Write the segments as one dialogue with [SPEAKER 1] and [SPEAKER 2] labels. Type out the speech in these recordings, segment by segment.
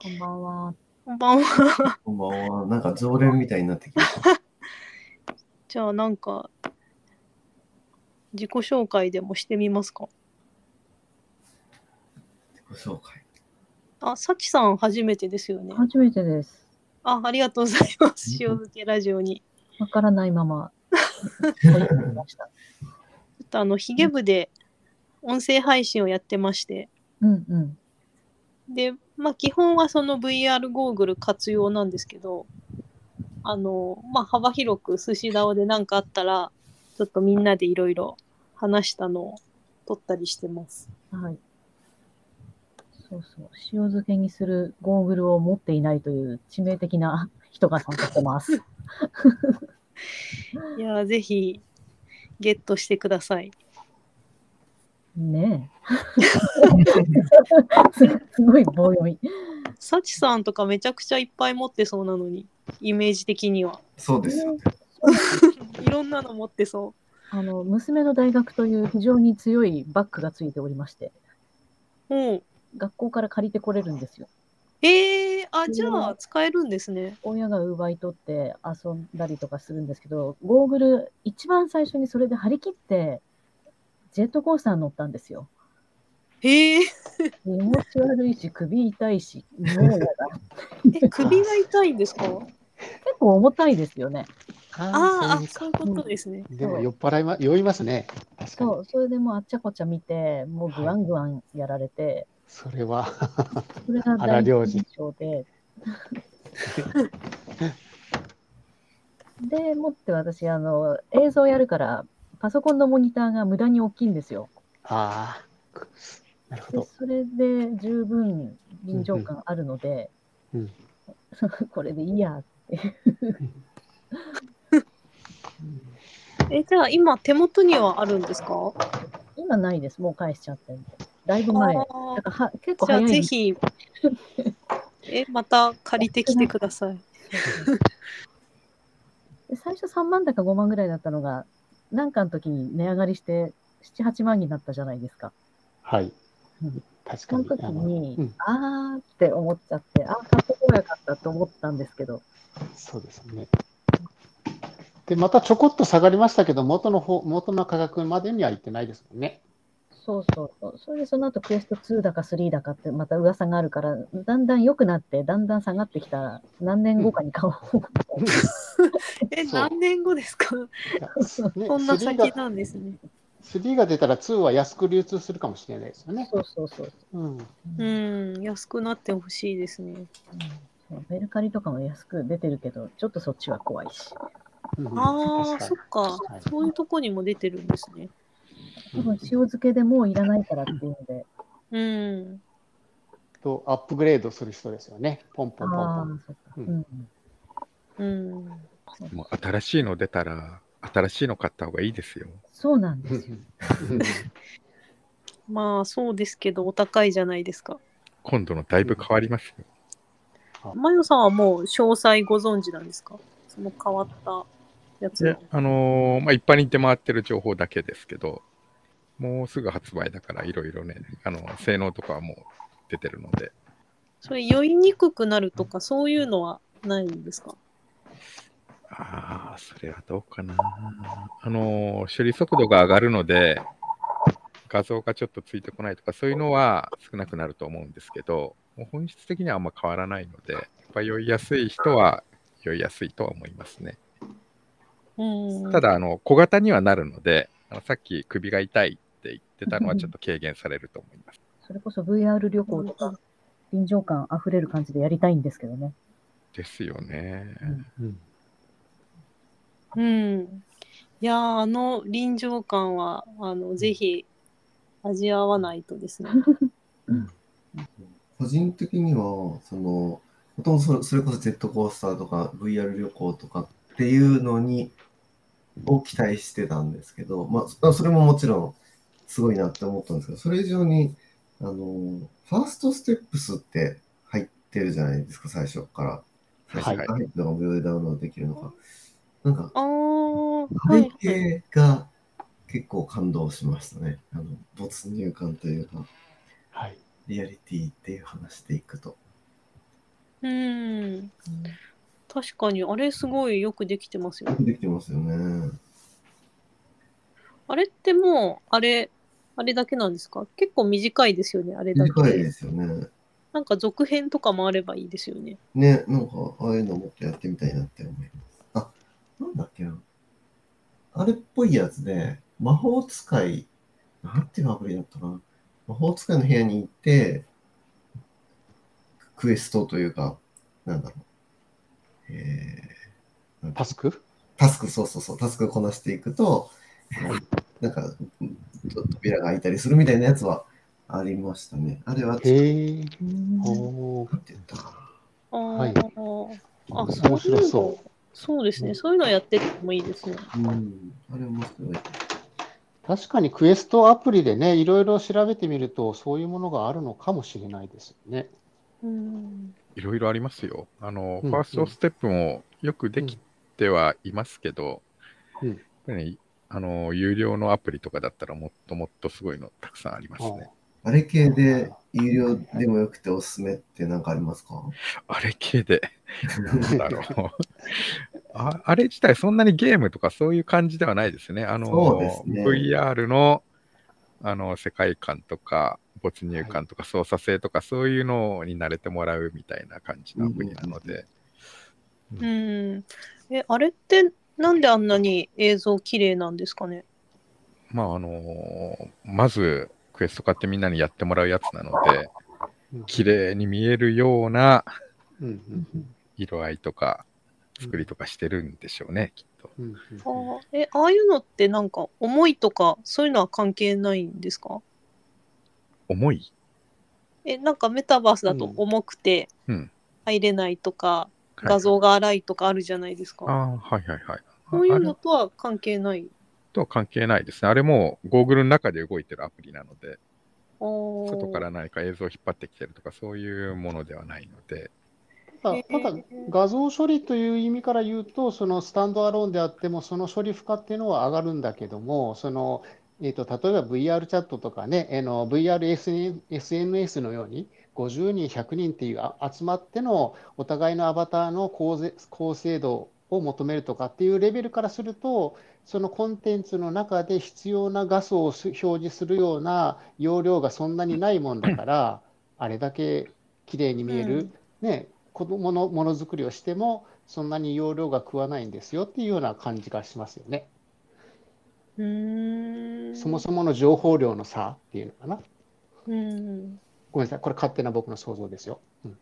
[SPEAKER 1] こんばんは。
[SPEAKER 2] こんばんは。
[SPEAKER 3] こんばんは。なんか常連みたいになってきました。
[SPEAKER 2] じゃあなんか自己紹介でもしてみますか。
[SPEAKER 3] ご紹介。
[SPEAKER 2] あ、さきさん初めてですよね。
[SPEAKER 1] 初めてです。
[SPEAKER 2] あ、ありがとうございます。塩漬けラジオに。
[SPEAKER 1] わからないまま。入ってきました
[SPEAKER 2] ちょっとあのヒゲ部で音声配信をやってまして、
[SPEAKER 1] うんうん。
[SPEAKER 2] で、まあ基本はその VR ゴーグル活用なんですけど、あのまあ幅広く寿司ダオで何かあったら、ちょっとみんなでいろいろ話したのを撮ったりしてます。
[SPEAKER 1] はい。そうそう。塩漬けにするゴーグルを持っていないという致命的な人が参加してます。
[SPEAKER 2] いやーぜひゲットしてください。
[SPEAKER 1] ねえ。すすごい棒読み。
[SPEAKER 2] サチさんとかめちゃくちゃいっぱい持ってそうなのに、イメージ的には。
[SPEAKER 3] そうですよね。
[SPEAKER 2] いろんなの持ってそ
[SPEAKER 1] あの、娘の大学という非常に強いバッグがついておりまして、
[SPEAKER 2] う。うん。
[SPEAKER 1] 学校から借りてこれるんですよ。
[SPEAKER 2] えー、あ、じゃあ使えるんですね。
[SPEAKER 1] 親が奪い取って遊んだりとかするんですけど、ゴーグル、一番最初にそれで張り切って、ジェットコースター乗ったんですよ。
[SPEAKER 2] へえ。
[SPEAKER 1] 気持ち悪いし、首痛いし、もう やだ
[SPEAKER 2] え、首が痛いんですか
[SPEAKER 1] 結構重たいですよね。
[SPEAKER 2] あー
[SPEAKER 4] あ
[SPEAKER 2] あ、
[SPEAKER 4] ー
[SPEAKER 2] そ
[SPEAKER 4] そうう
[SPEAKER 2] い
[SPEAKER 4] いう
[SPEAKER 2] ことですね。
[SPEAKER 4] うでも酔っ払いま、酔いますね。確か
[SPEAKER 1] そ
[SPEAKER 4] に。
[SPEAKER 1] う、それでもうあっちゃこっちゃ見て、もうぐわんぐわんやられて、
[SPEAKER 4] それは。
[SPEAKER 1] それが
[SPEAKER 4] あ
[SPEAKER 1] 第
[SPEAKER 4] ら
[SPEAKER 1] 一
[SPEAKER 4] 領事
[SPEAKER 1] 印象で。 で、もって私、あの、映像やるから、パソコンのモニターが無駄に大きいんですよ。
[SPEAKER 4] ああ。なるほ
[SPEAKER 1] で
[SPEAKER 4] ど。
[SPEAKER 1] それで十分臨場感あるので、
[SPEAKER 4] うん
[SPEAKER 1] これでいいやって。
[SPEAKER 2] え、じゃあ今手元にはあるんですか
[SPEAKER 1] 今ないです、もう返しちゃってんで。だいぶ前。だ
[SPEAKER 2] あ
[SPEAKER 1] からは結構
[SPEAKER 2] ーじ
[SPEAKER 1] 早い
[SPEAKER 2] ゃあ
[SPEAKER 1] んで
[SPEAKER 2] ぜ
[SPEAKER 1] す
[SPEAKER 2] ひ、え、また借りてきてください。
[SPEAKER 1] で最初3万だか5万ぐらいだったのが、なんかの時に値上がりして、7、8万になったじゃないですか。
[SPEAKER 4] はい
[SPEAKER 1] うん。
[SPEAKER 4] 確
[SPEAKER 1] そ
[SPEAKER 4] か
[SPEAKER 1] の
[SPEAKER 4] に。
[SPEAKER 1] 時
[SPEAKER 4] あの
[SPEAKER 1] に、
[SPEAKER 4] うん
[SPEAKER 1] あーって思っちゃって、あー、買ってこばよかったと思ったんですけど、
[SPEAKER 4] そうですね。で、またちょこっと下がりましたけど、元の方、元の価格までには行ってないですも んね。
[SPEAKER 1] そうそうそう。それでその後クエスト2だか3だかってまた噂があるから、だんだん良くなって、だんだん下がってきたら、何年後かに買おう。
[SPEAKER 2] え、
[SPEAKER 4] そう
[SPEAKER 2] 何年後ですか
[SPEAKER 4] いやね
[SPEAKER 2] そんな
[SPEAKER 4] 3
[SPEAKER 2] 先
[SPEAKER 4] が
[SPEAKER 2] なんですね。
[SPEAKER 4] 3が出たら2は安く流通するかもしれないですよね。
[SPEAKER 1] そうそうそう。
[SPEAKER 4] うん。
[SPEAKER 1] う
[SPEAKER 2] うんん、安くなってほしいですね。
[SPEAKER 1] そうメルカリとかも安く出てるけど、ちょっとそっちは怖いし。
[SPEAKER 4] うん
[SPEAKER 2] ああ、そ
[SPEAKER 4] 確
[SPEAKER 2] っか。
[SPEAKER 4] はい
[SPEAKER 2] そういうとこにも出てるんですね。
[SPEAKER 4] う
[SPEAKER 1] 多
[SPEAKER 4] ん
[SPEAKER 1] 分塩漬けでもういらないからっていうので、
[SPEAKER 2] うん。
[SPEAKER 4] とアップグレードする人ですよね。ポンポンポ
[SPEAKER 1] ああ
[SPEAKER 4] ンポン。、
[SPEAKER 1] そっか。
[SPEAKER 4] う
[SPEAKER 1] うんん。
[SPEAKER 2] うん。
[SPEAKER 5] もう新しいの出たら、新しいの買った方がいいですよ。
[SPEAKER 1] そうなんですよ。
[SPEAKER 2] まあそうですけど、お高いじゃないですか。
[SPEAKER 5] 今度のだいぶ変わりますよ。
[SPEAKER 2] マヨさんはもう詳細ご存知なんですかその変わったやつ
[SPEAKER 5] で
[SPEAKER 2] の。、
[SPEAKER 5] あのーまあ、一般に出回ってる情報だけですけど、もうすぐ発売だから、いろいろね、あの、性能とかはもう出てるので、
[SPEAKER 2] それ酔いにくくなるとかそういうのはないんですか
[SPEAKER 5] ああ、それはどうかな。あのー処理速度が上がるので、画像がちょっとついてこないとか、そういうのは少なくなると思うんですけど、もう本質的にはあんま変わらないので、やっぱ酔いやすい人は酔いやすいとは思いますね。
[SPEAKER 2] うん。
[SPEAKER 5] た。だあの、小型にはなるので、あのさっき首が痛いって言ってたのはちょっと軽減されると思います。
[SPEAKER 1] それこそ VR 旅行とか、臨場感あふれる感じでやりたいんですけどね。
[SPEAKER 5] ですよね。
[SPEAKER 4] うん
[SPEAKER 2] うん。いやーあの臨場感は、あの、ぜひ味わわないと ですね。
[SPEAKER 3] 個人的には、その、もともとそれそれこそジェットコースターとか VR 旅行とかっていうのに、を期待してたんですけど、まあ、それももちろんすごいなって思ったんですけど、それ以上に、あの、ファーストステップスって入ってるじゃないですか、最初から。最初から入ってるのが無料でダウンロードできるのか。なんか、
[SPEAKER 2] ああ、は
[SPEAKER 3] 背
[SPEAKER 2] い。
[SPEAKER 3] 景が結構感動しましたね。あの没入感というか、
[SPEAKER 4] はい。
[SPEAKER 3] リアリティっていう話でいくと。
[SPEAKER 2] うん。確かに、あれすごいよくできてますよ
[SPEAKER 3] よ
[SPEAKER 2] ね。
[SPEAKER 3] くできてますよね。
[SPEAKER 2] あれってもう、あれ、あれだけなんですか結構短いですよね、あれだけ。
[SPEAKER 3] 短いですよね。
[SPEAKER 2] なんか続編とかもあればいいですよね。
[SPEAKER 3] ね、なんか、ああいうのもっとやってみたいなって思います。あ、なんだっけな。あれっぽいやつで、魔法使い、なんていうアプリだったかな。魔法使いの部屋に行って、クエストというか、なんだろう。えー
[SPEAKER 4] タスク
[SPEAKER 3] タスク、そうそうそう、タスクこなしていくと、えーなんか、うん扉が開いたりするみたいなやつはありましたね。あれは、なんて
[SPEAKER 4] へえ。おー
[SPEAKER 3] 言ったか
[SPEAKER 2] ああ、
[SPEAKER 4] はい
[SPEAKER 2] あ、そういうの
[SPEAKER 4] 面白そう。
[SPEAKER 2] そうですね。そういうのやってってもいいですね。
[SPEAKER 3] な。うん、あれ面白い。
[SPEAKER 4] 確かにクエストアプリでね、いろいろ調べてみると、そういうものがあるのかもしれないですよね。
[SPEAKER 2] うん。
[SPEAKER 5] いろいろありますよ。あの、
[SPEAKER 4] うん
[SPEAKER 5] ファーストステップもよくできてはいますけど、
[SPEAKER 4] うん
[SPEAKER 5] やっぱりね、あの、有料のアプリとかだったらもっともっとすごいのたくさんありますね。
[SPEAKER 3] あれ系で有料でもよくておすすめって何かあります か
[SPEAKER 5] あれ系で、なんだろう。 ああれ自体そんなにゲームとかそういう感じではないですね。あの、
[SPEAKER 3] そうですね
[SPEAKER 5] VR のあの世界観とか没入感とか操作性とかそういうのに慣れてもらうみたいな感じのアプリなので、
[SPEAKER 2] うん。え、あれって、なんであんなに映像綺麗なんですかね。
[SPEAKER 5] まああのーまずクエスト買ってみんなにやってもらうやつなので、
[SPEAKER 4] うん
[SPEAKER 5] 綺麗に見えるような
[SPEAKER 4] うんうんうん
[SPEAKER 5] 色合いとか作りとかしてるんでしょうね、きっと。
[SPEAKER 4] うん
[SPEAKER 2] あーえ、ああいうのってなんか思いとかそういうのは関係ないんですか
[SPEAKER 5] 重い
[SPEAKER 2] え、なんかメタバースだと重くて
[SPEAKER 5] うん
[SPEAKER 2] 入れないとか、
[SPEAKER 5] はい
[SPEAKER 2] 画像が荒いとかあるじゃないですか。
[SPEAKER 5] ああ、はいはいはい。
[SPEAKER 2] そうい
[SPEAKER 5] あ
[SPEAKER 2] う
[SPEAKER 5] れ
[SPEAKER 2] のとは関係ない。
[SPEAKER 5] とは関係ないですね。あれも Google の中で動いてるアプリなので、
[SPEAKER 2] 外
[SPEAKER 5] 外から何か映像を引っ張ってきてるとか、そういうものではないので、
[SPEAKER 4] ただ、ただ画像処理という意味から言うと、そのスタンドアローンであっても、その処理負荷っていうのは上がるんだけども、そのえー、と例えば VR チャットとかね、あの VRSNS のように、50人、100人っていうあ集まってのお互いのアバターの高ぜ高精度を求めるとかっていうレベルからすると、そのコンテンツの中で必要な画素をす表示するような容量がそんなにないもんだから、あれだけ綺麗に見える。
[SPEAKER 2] うん
[SPEAKER 4] ね、子供のものづくりをしても、そんなに容量が食わないんですよっていうような感じがしますよね。
[SPEAKER 2] うーん。
[SPEAKER 4] そもそもの情報量の差っていうのかな。
[SPEAKER 2] うん。
[SPEAKER 4] ごめんなさい、これ勝手な僕の想像ですよ。うん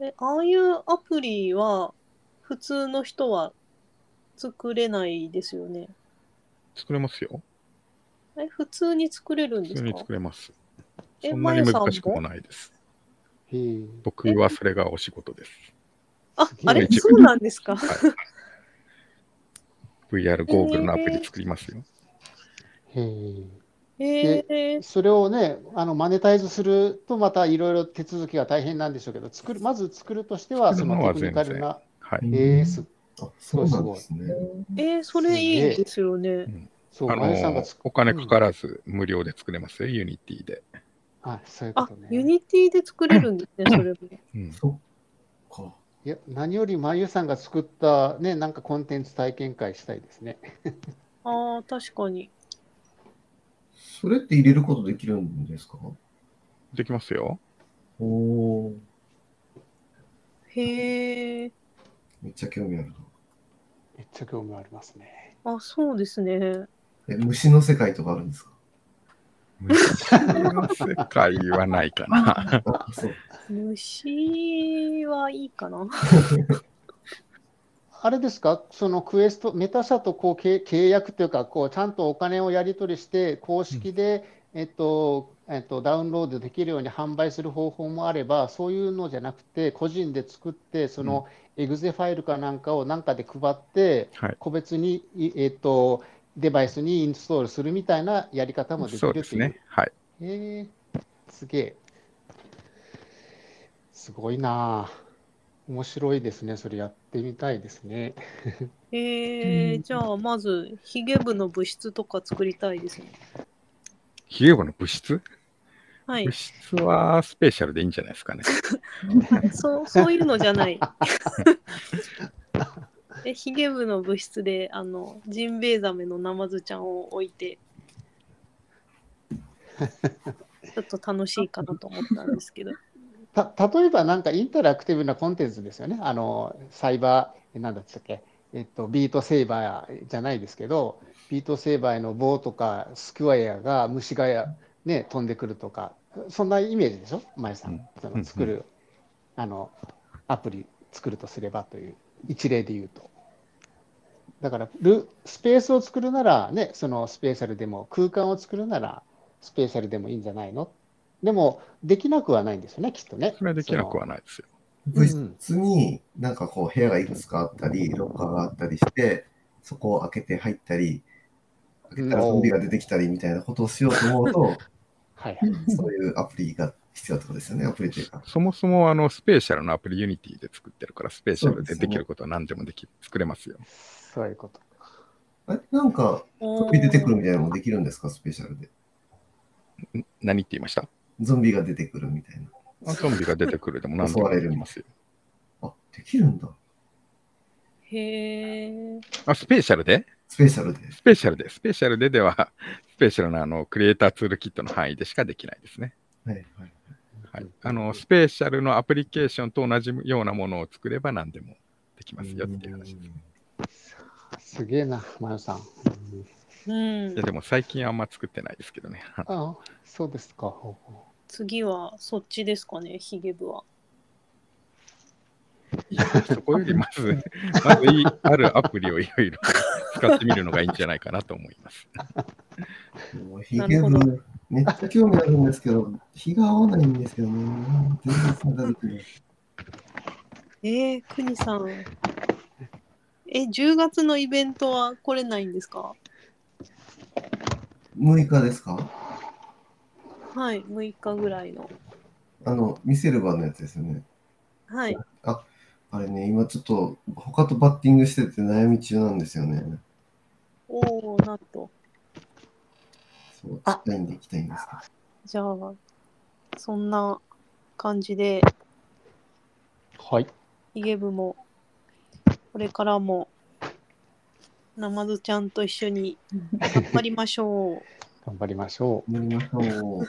[SPEAKER 2] え、ああいうアプリは普通の人は作れないですよね。
[SPEAKER 5] 作れますよ。
[SPEAKER 2] え、普通に作れるん
[SPEAKER 5] 普
[SPEAKER 2] で
[SPEAKER 5] 通
[SPEAKER 2] す
[SPEAKER 5] に
[SPEAKER 2] か
[SPEAKER 5] 作れます。
[SPEAKER 2] え
[SPEAKER 5] そんなに
[SPEAKER 2] まゆさんも
[SPEAKER 5] 難しくもないです。
[SPEAKER 4] へえ
[SPEAKER 5] 僕はそれがお仕事です。
[SPEAKER 2] あ、あれ、
[SPEAKER 5] 一部
[SPEAKER 2] そうなんですか。
[SPEAKER 5] はい、VR ゴーグルのアプリ作りますよ。
[SPEAKER 4] へ
[SPEAKER 2] へえ
[SPEAKER 4] え。それをね、あのマネタイズすると、またいろいろ手続きが大変なんでしょうけど、作るまず作るとしては、そのテクニカルな、
[SPEAKER 5] はい。
[SPEAKER 3] 全然
[SPEAKER 4] へえす
[SPEAKER 3] あ、そうなんですね。
[SPEAKER 2] えー、それいいですよね。
[SPEAKER 4] そう、
[SPEAKER 5] あ
[SPEAKER 4] マ
[SPEAKER 5] の
[SPEAKER 4] ネさんが作
[SPEAKER 5] お金かからず無料で作れますよ、ユニティで。
[SPEAKER 4] うんあ、そういうこ
[SPEAKER 2] あ
[SPEAKER 4] と、ね。
[SPEAKER 2] ユニティで作れるんですね、それも。
[SPEAKER 5] うん、
[SPEAKER 3] そっか。
[SPEAKER 4] いや、何よりまゆさんが作ったね、なんかコンテンツ体験会したいですね。
[SPEAKER 2] ああ、確かに。
[SPEAKER 3] それって入れることできるんですか
[SPEAKER 5] できま すよ。
[SPEAKER 3] おおー、
[SPEAKER 2] へえ。
[SPEAKER 3] めっちゃ興味あるな。
[SPEAKER 4] めっちゃ興味ありますね。
[SPEAKER 2] あ、そうですね。
[SPEAKER 3] え、虫の世界とかあるんですか
[SPEAKER 5] 世界はないかな。
[SPEAKER 3] あ、そう。
[SPEAKER 2] 虫はいいかな。
[SPEAKER 4] あれですか、そのクエスト、メタ社とこう契契約というか、こうちゃんとお金をやり取りして、公式で、えっとえっと、ダウンロードできるように販売する方法もあれば、そういうのじゃなくて、個人で作って、そのエグゼファイルかなんかをなんかで配って、
[SPEAKER 5] はい
[SPEAKER 4] 個別に、いえっと、デバイスにインストールするみたいなやり方もでき
[SPEAKER 5] そう
[SPEAKER 4] る
[SPEAKER 5] で
[SPEAKER 4] って
[SPEAKER 5] す
[SPEAKER 4] いう。
[SPEAKER 5] ね。はい。
[SPEAKER 4] へえすげえ。すごいなあ面白いですね。それやってみたいですね。
[SPEAKER 2] え
[SPEAKER 1] う
[SPEAKER 2] ー、
[SPEAKER 1] ん
[SPEAKER 2] じゃあまずヒゲ部の物質とか作りたいですね。
[SPEAKER 5] ヒエボの物質
[SPEAKER 2] はい
[SPEAKER 5] 物。質はスペシャルでいいんじゃないですかね。
[SPEAKER 2] そうそういうのじゃない。 でヒゲ部の部室であのジンベエザメのナマズちゃんを置いて ちょっと楽しいかなと思ったんですけ ど
[SPEAKER 4] た例えばなんかインタラクティブなコンテンツですよね。あの、サイバー、えなんだっつったっけ、えっと、ビートセイバーじゃないですけど、ビートセイバーの棒とかスクワイアが虫がや、ね、飛んでくるとか、そんなイメージでしょ前さ
[SPEAKER 5] うん
[SPEAKER 4] ん。その作る、あの、アプリ作るとすればという、一例で言うと。だから、ルスペースを作るなら、ね、そのスペーシャルでも、空間を作るなら、スペーシャルでもいいんじゃないのでも、できなくはないんですよね、きっとね。
[SPEAKER 5] それはできなくはないですよ。
[SPEAKER 4] う
[SPEAKER 3] 物
[SPEAKER 4] ん
[SPEAKER 3] 質になんかこう部屋がいくつかあったり、ロッカーがあったりして、そこを開けて入ったり、開けたらゾンビが出てきたりみたいなことをしようと思うと、
[SPEAKER 4] はいはい。
[SPEAKER 3] そういうアプリが必要ってことですよね、アプリというか。
[SPEAKER 5] そもそもあのスペーシャルのアプリユニティで作ってるから、スペーシャルでできることは何でもでき作れますよ。
[SPEAKER 4] そういうこと。
[SPEAKER 3] あれなんか、ゾンビ出てくるみたいなのもできるんですか、スペシャルで。
[SPEAKER 5] ん何って言 いました
[SPEAKER 3] ゾンビが出てくるみたいな。
[SPEAKER 5] あゾンビが出てくるでも何でもできますよ。
[SPEAKER 3] あ、できるんだ。
[SPEAKER 2] へえ
[SPEAKER 5] あ、スペーシャルで
[SPEAKER 3] スペシャルで。
[SPEAKER 5] スペーシャルで、スペーシャルででは、 スペーシャルなあのクリエイターツールキットの範囲でしかできないですね。
[SPEAKER 3] はいはい。
[SPEAKER 5] はい、あのスペーシャルのアプリケーションと同じようなものを作れば何でもできますよっていう話です。
[SPEAKER 4] すげえな、マヨさん。うん
[SPEAKER 2] うん
[SPEAKER 5] いやでも最近あんま作ってないですけどね。
[SPEAKER 4] あそうですか。ほうほ
[SPEAKER 2] 次はそっちですかねヒゲ部はい
[SPEAKER 5] やそこよりまず、まずいあるアプリをいろいろ使ってみるのがいいんじゃないかなと思います。
[SPEAKER 3] もうヒ
[SPEAKER 2] な
[SPEAKER 3] ゲ
[SPEAKER 2] るほど
[SPEAKER 3] 部、めっちゃ興味あるんですけど、日が合わないんですけどね。全然参加できない。
[SPEAKER 2] えー、くにさんえ10月のイベントは来れないんですか
[SPEAKER 3] 6日ですか
[SPEAKER 2] はい6日ぐらいの
[SPEAKER 3] あの、見せる場のやつですよね。
[SPEAKER 2] はい
[SPEAKER 3] あれね、今ちょっと他とバッティングしてて悩み中なんですよね。
[SPEAKER 2] おおなんと
[SPEAKER 3] そう、
[SPEAKER 4] あ
[SPEAKER 3] 行きたいんで行きたいんですけど。
[SPEAKER 2] じゃあ、そんな感じで、
[SPEAKER 4] うはい。
[SPEAKER 2] ヒゲ部も、これからも、ナマズちゃんと一緒に頑張りましょう。
[SPEAKER 4] 頑張りましょう。
[SPEAKER 3] 乗りましょう。